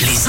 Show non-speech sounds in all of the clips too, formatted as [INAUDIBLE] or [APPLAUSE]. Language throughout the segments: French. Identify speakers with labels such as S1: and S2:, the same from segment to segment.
S1: Les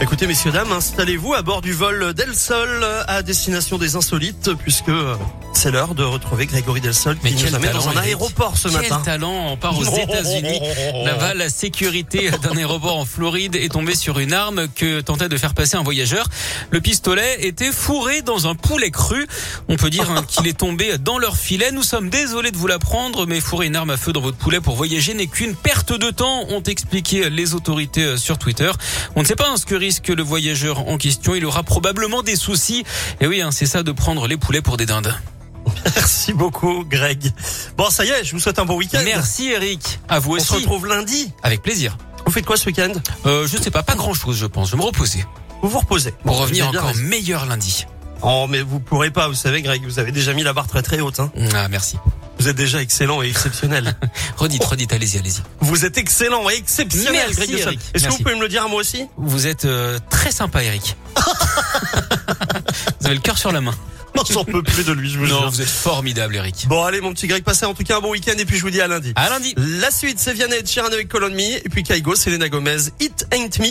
S2: Écoutez, messieurs, dames, installez-vous à bord du vol Del Sol à destination des insolites, puisque euh, c'est l'heure de retrouver Grégory Del Sol
S3: Mais
S2: qui
S3: quel
S2: nous amène dans
S3: talent,
S2: un
S3: Eric.
S2: aéroport ce
S3: Quel
S2: matin.
S3: talent On part
S2: [LAUGHS]
S3: aux États-Unis. Là-bas, la sécurité d'un aéroport en Floride est tombée sur une arme que tentait de faire passer un voyageur. Le pistolet était fourré dans un poulet cru. On peut dire hein, qu'il est tombé dans leur filet. Nous sommes désolés de vous l'apprendre, mais fourrer une arme à feu dans votre poulet pour voyager n'est qu'une perte de temps, ont expliqué les autorités euh, sur Twitter. On ne sait pas hein, ce que risque le voyageur en question. Il aura probablement des soucis. Et oui, hein, c'est ça de prendre les poulets pour des dindes.
S2: [LAUGHS] Merci beaucoup, Greg. Bon, ça y est, je vous souhaite un bon week-end.
S3: Merci Eric. À vous
S2: On se
S3: aussi.
S2: retrouve lundi.
S3: Avec plaisir.
S2: Vous faites quoi ce week-end
S3: Euh, je sais pas, pas grand chose, je pense. Je vais me reposer
S2: Vous vous reposez.
S3: pour
S2: Bon,
S3: revenir
S2: vous avez bien
S3: encore
S2: raison.
S3: meilleur lundi.
S2: Oh, mais vous pourrez pas, vous savez, Greg, vous avez déjà mis la barre très très haute. Hein.
S3: Ah, merci.
S2: Vous êtes déjà excellent et
S3: [LAUGHS]
S2: exceptionnel.
S3: Redites,
S2: Oh.
S3: redites, allez-y, allez-y.
S2: vous êtes excellent et exceptionnel,
S3: Merci,
S2: Greg Del Sol.
S3: Eric.
S2: Est-ce que vous
S3: Merci.
S2: pouvez me le dire à moi aussi
S3: Vous êtes euh, très sympa,
S2: [LAUGHS]
S3: Eric. vous avez le cœur sur la main.
S2: Non, j'en peux plus de lui, je vous
S3: Non,
S2: jure.
S3: vous êtes formidable, Eric.
S2: Bon, allez, mon petit Greg, passez en tout cas un bon week-end et puis je vous dis à lundi.
S3: À lundi.
S2: La suite, c'est Vianney et Sheeran avec Colon Me. Et puis Kaigo, Selena Gomez, It Ain't Me.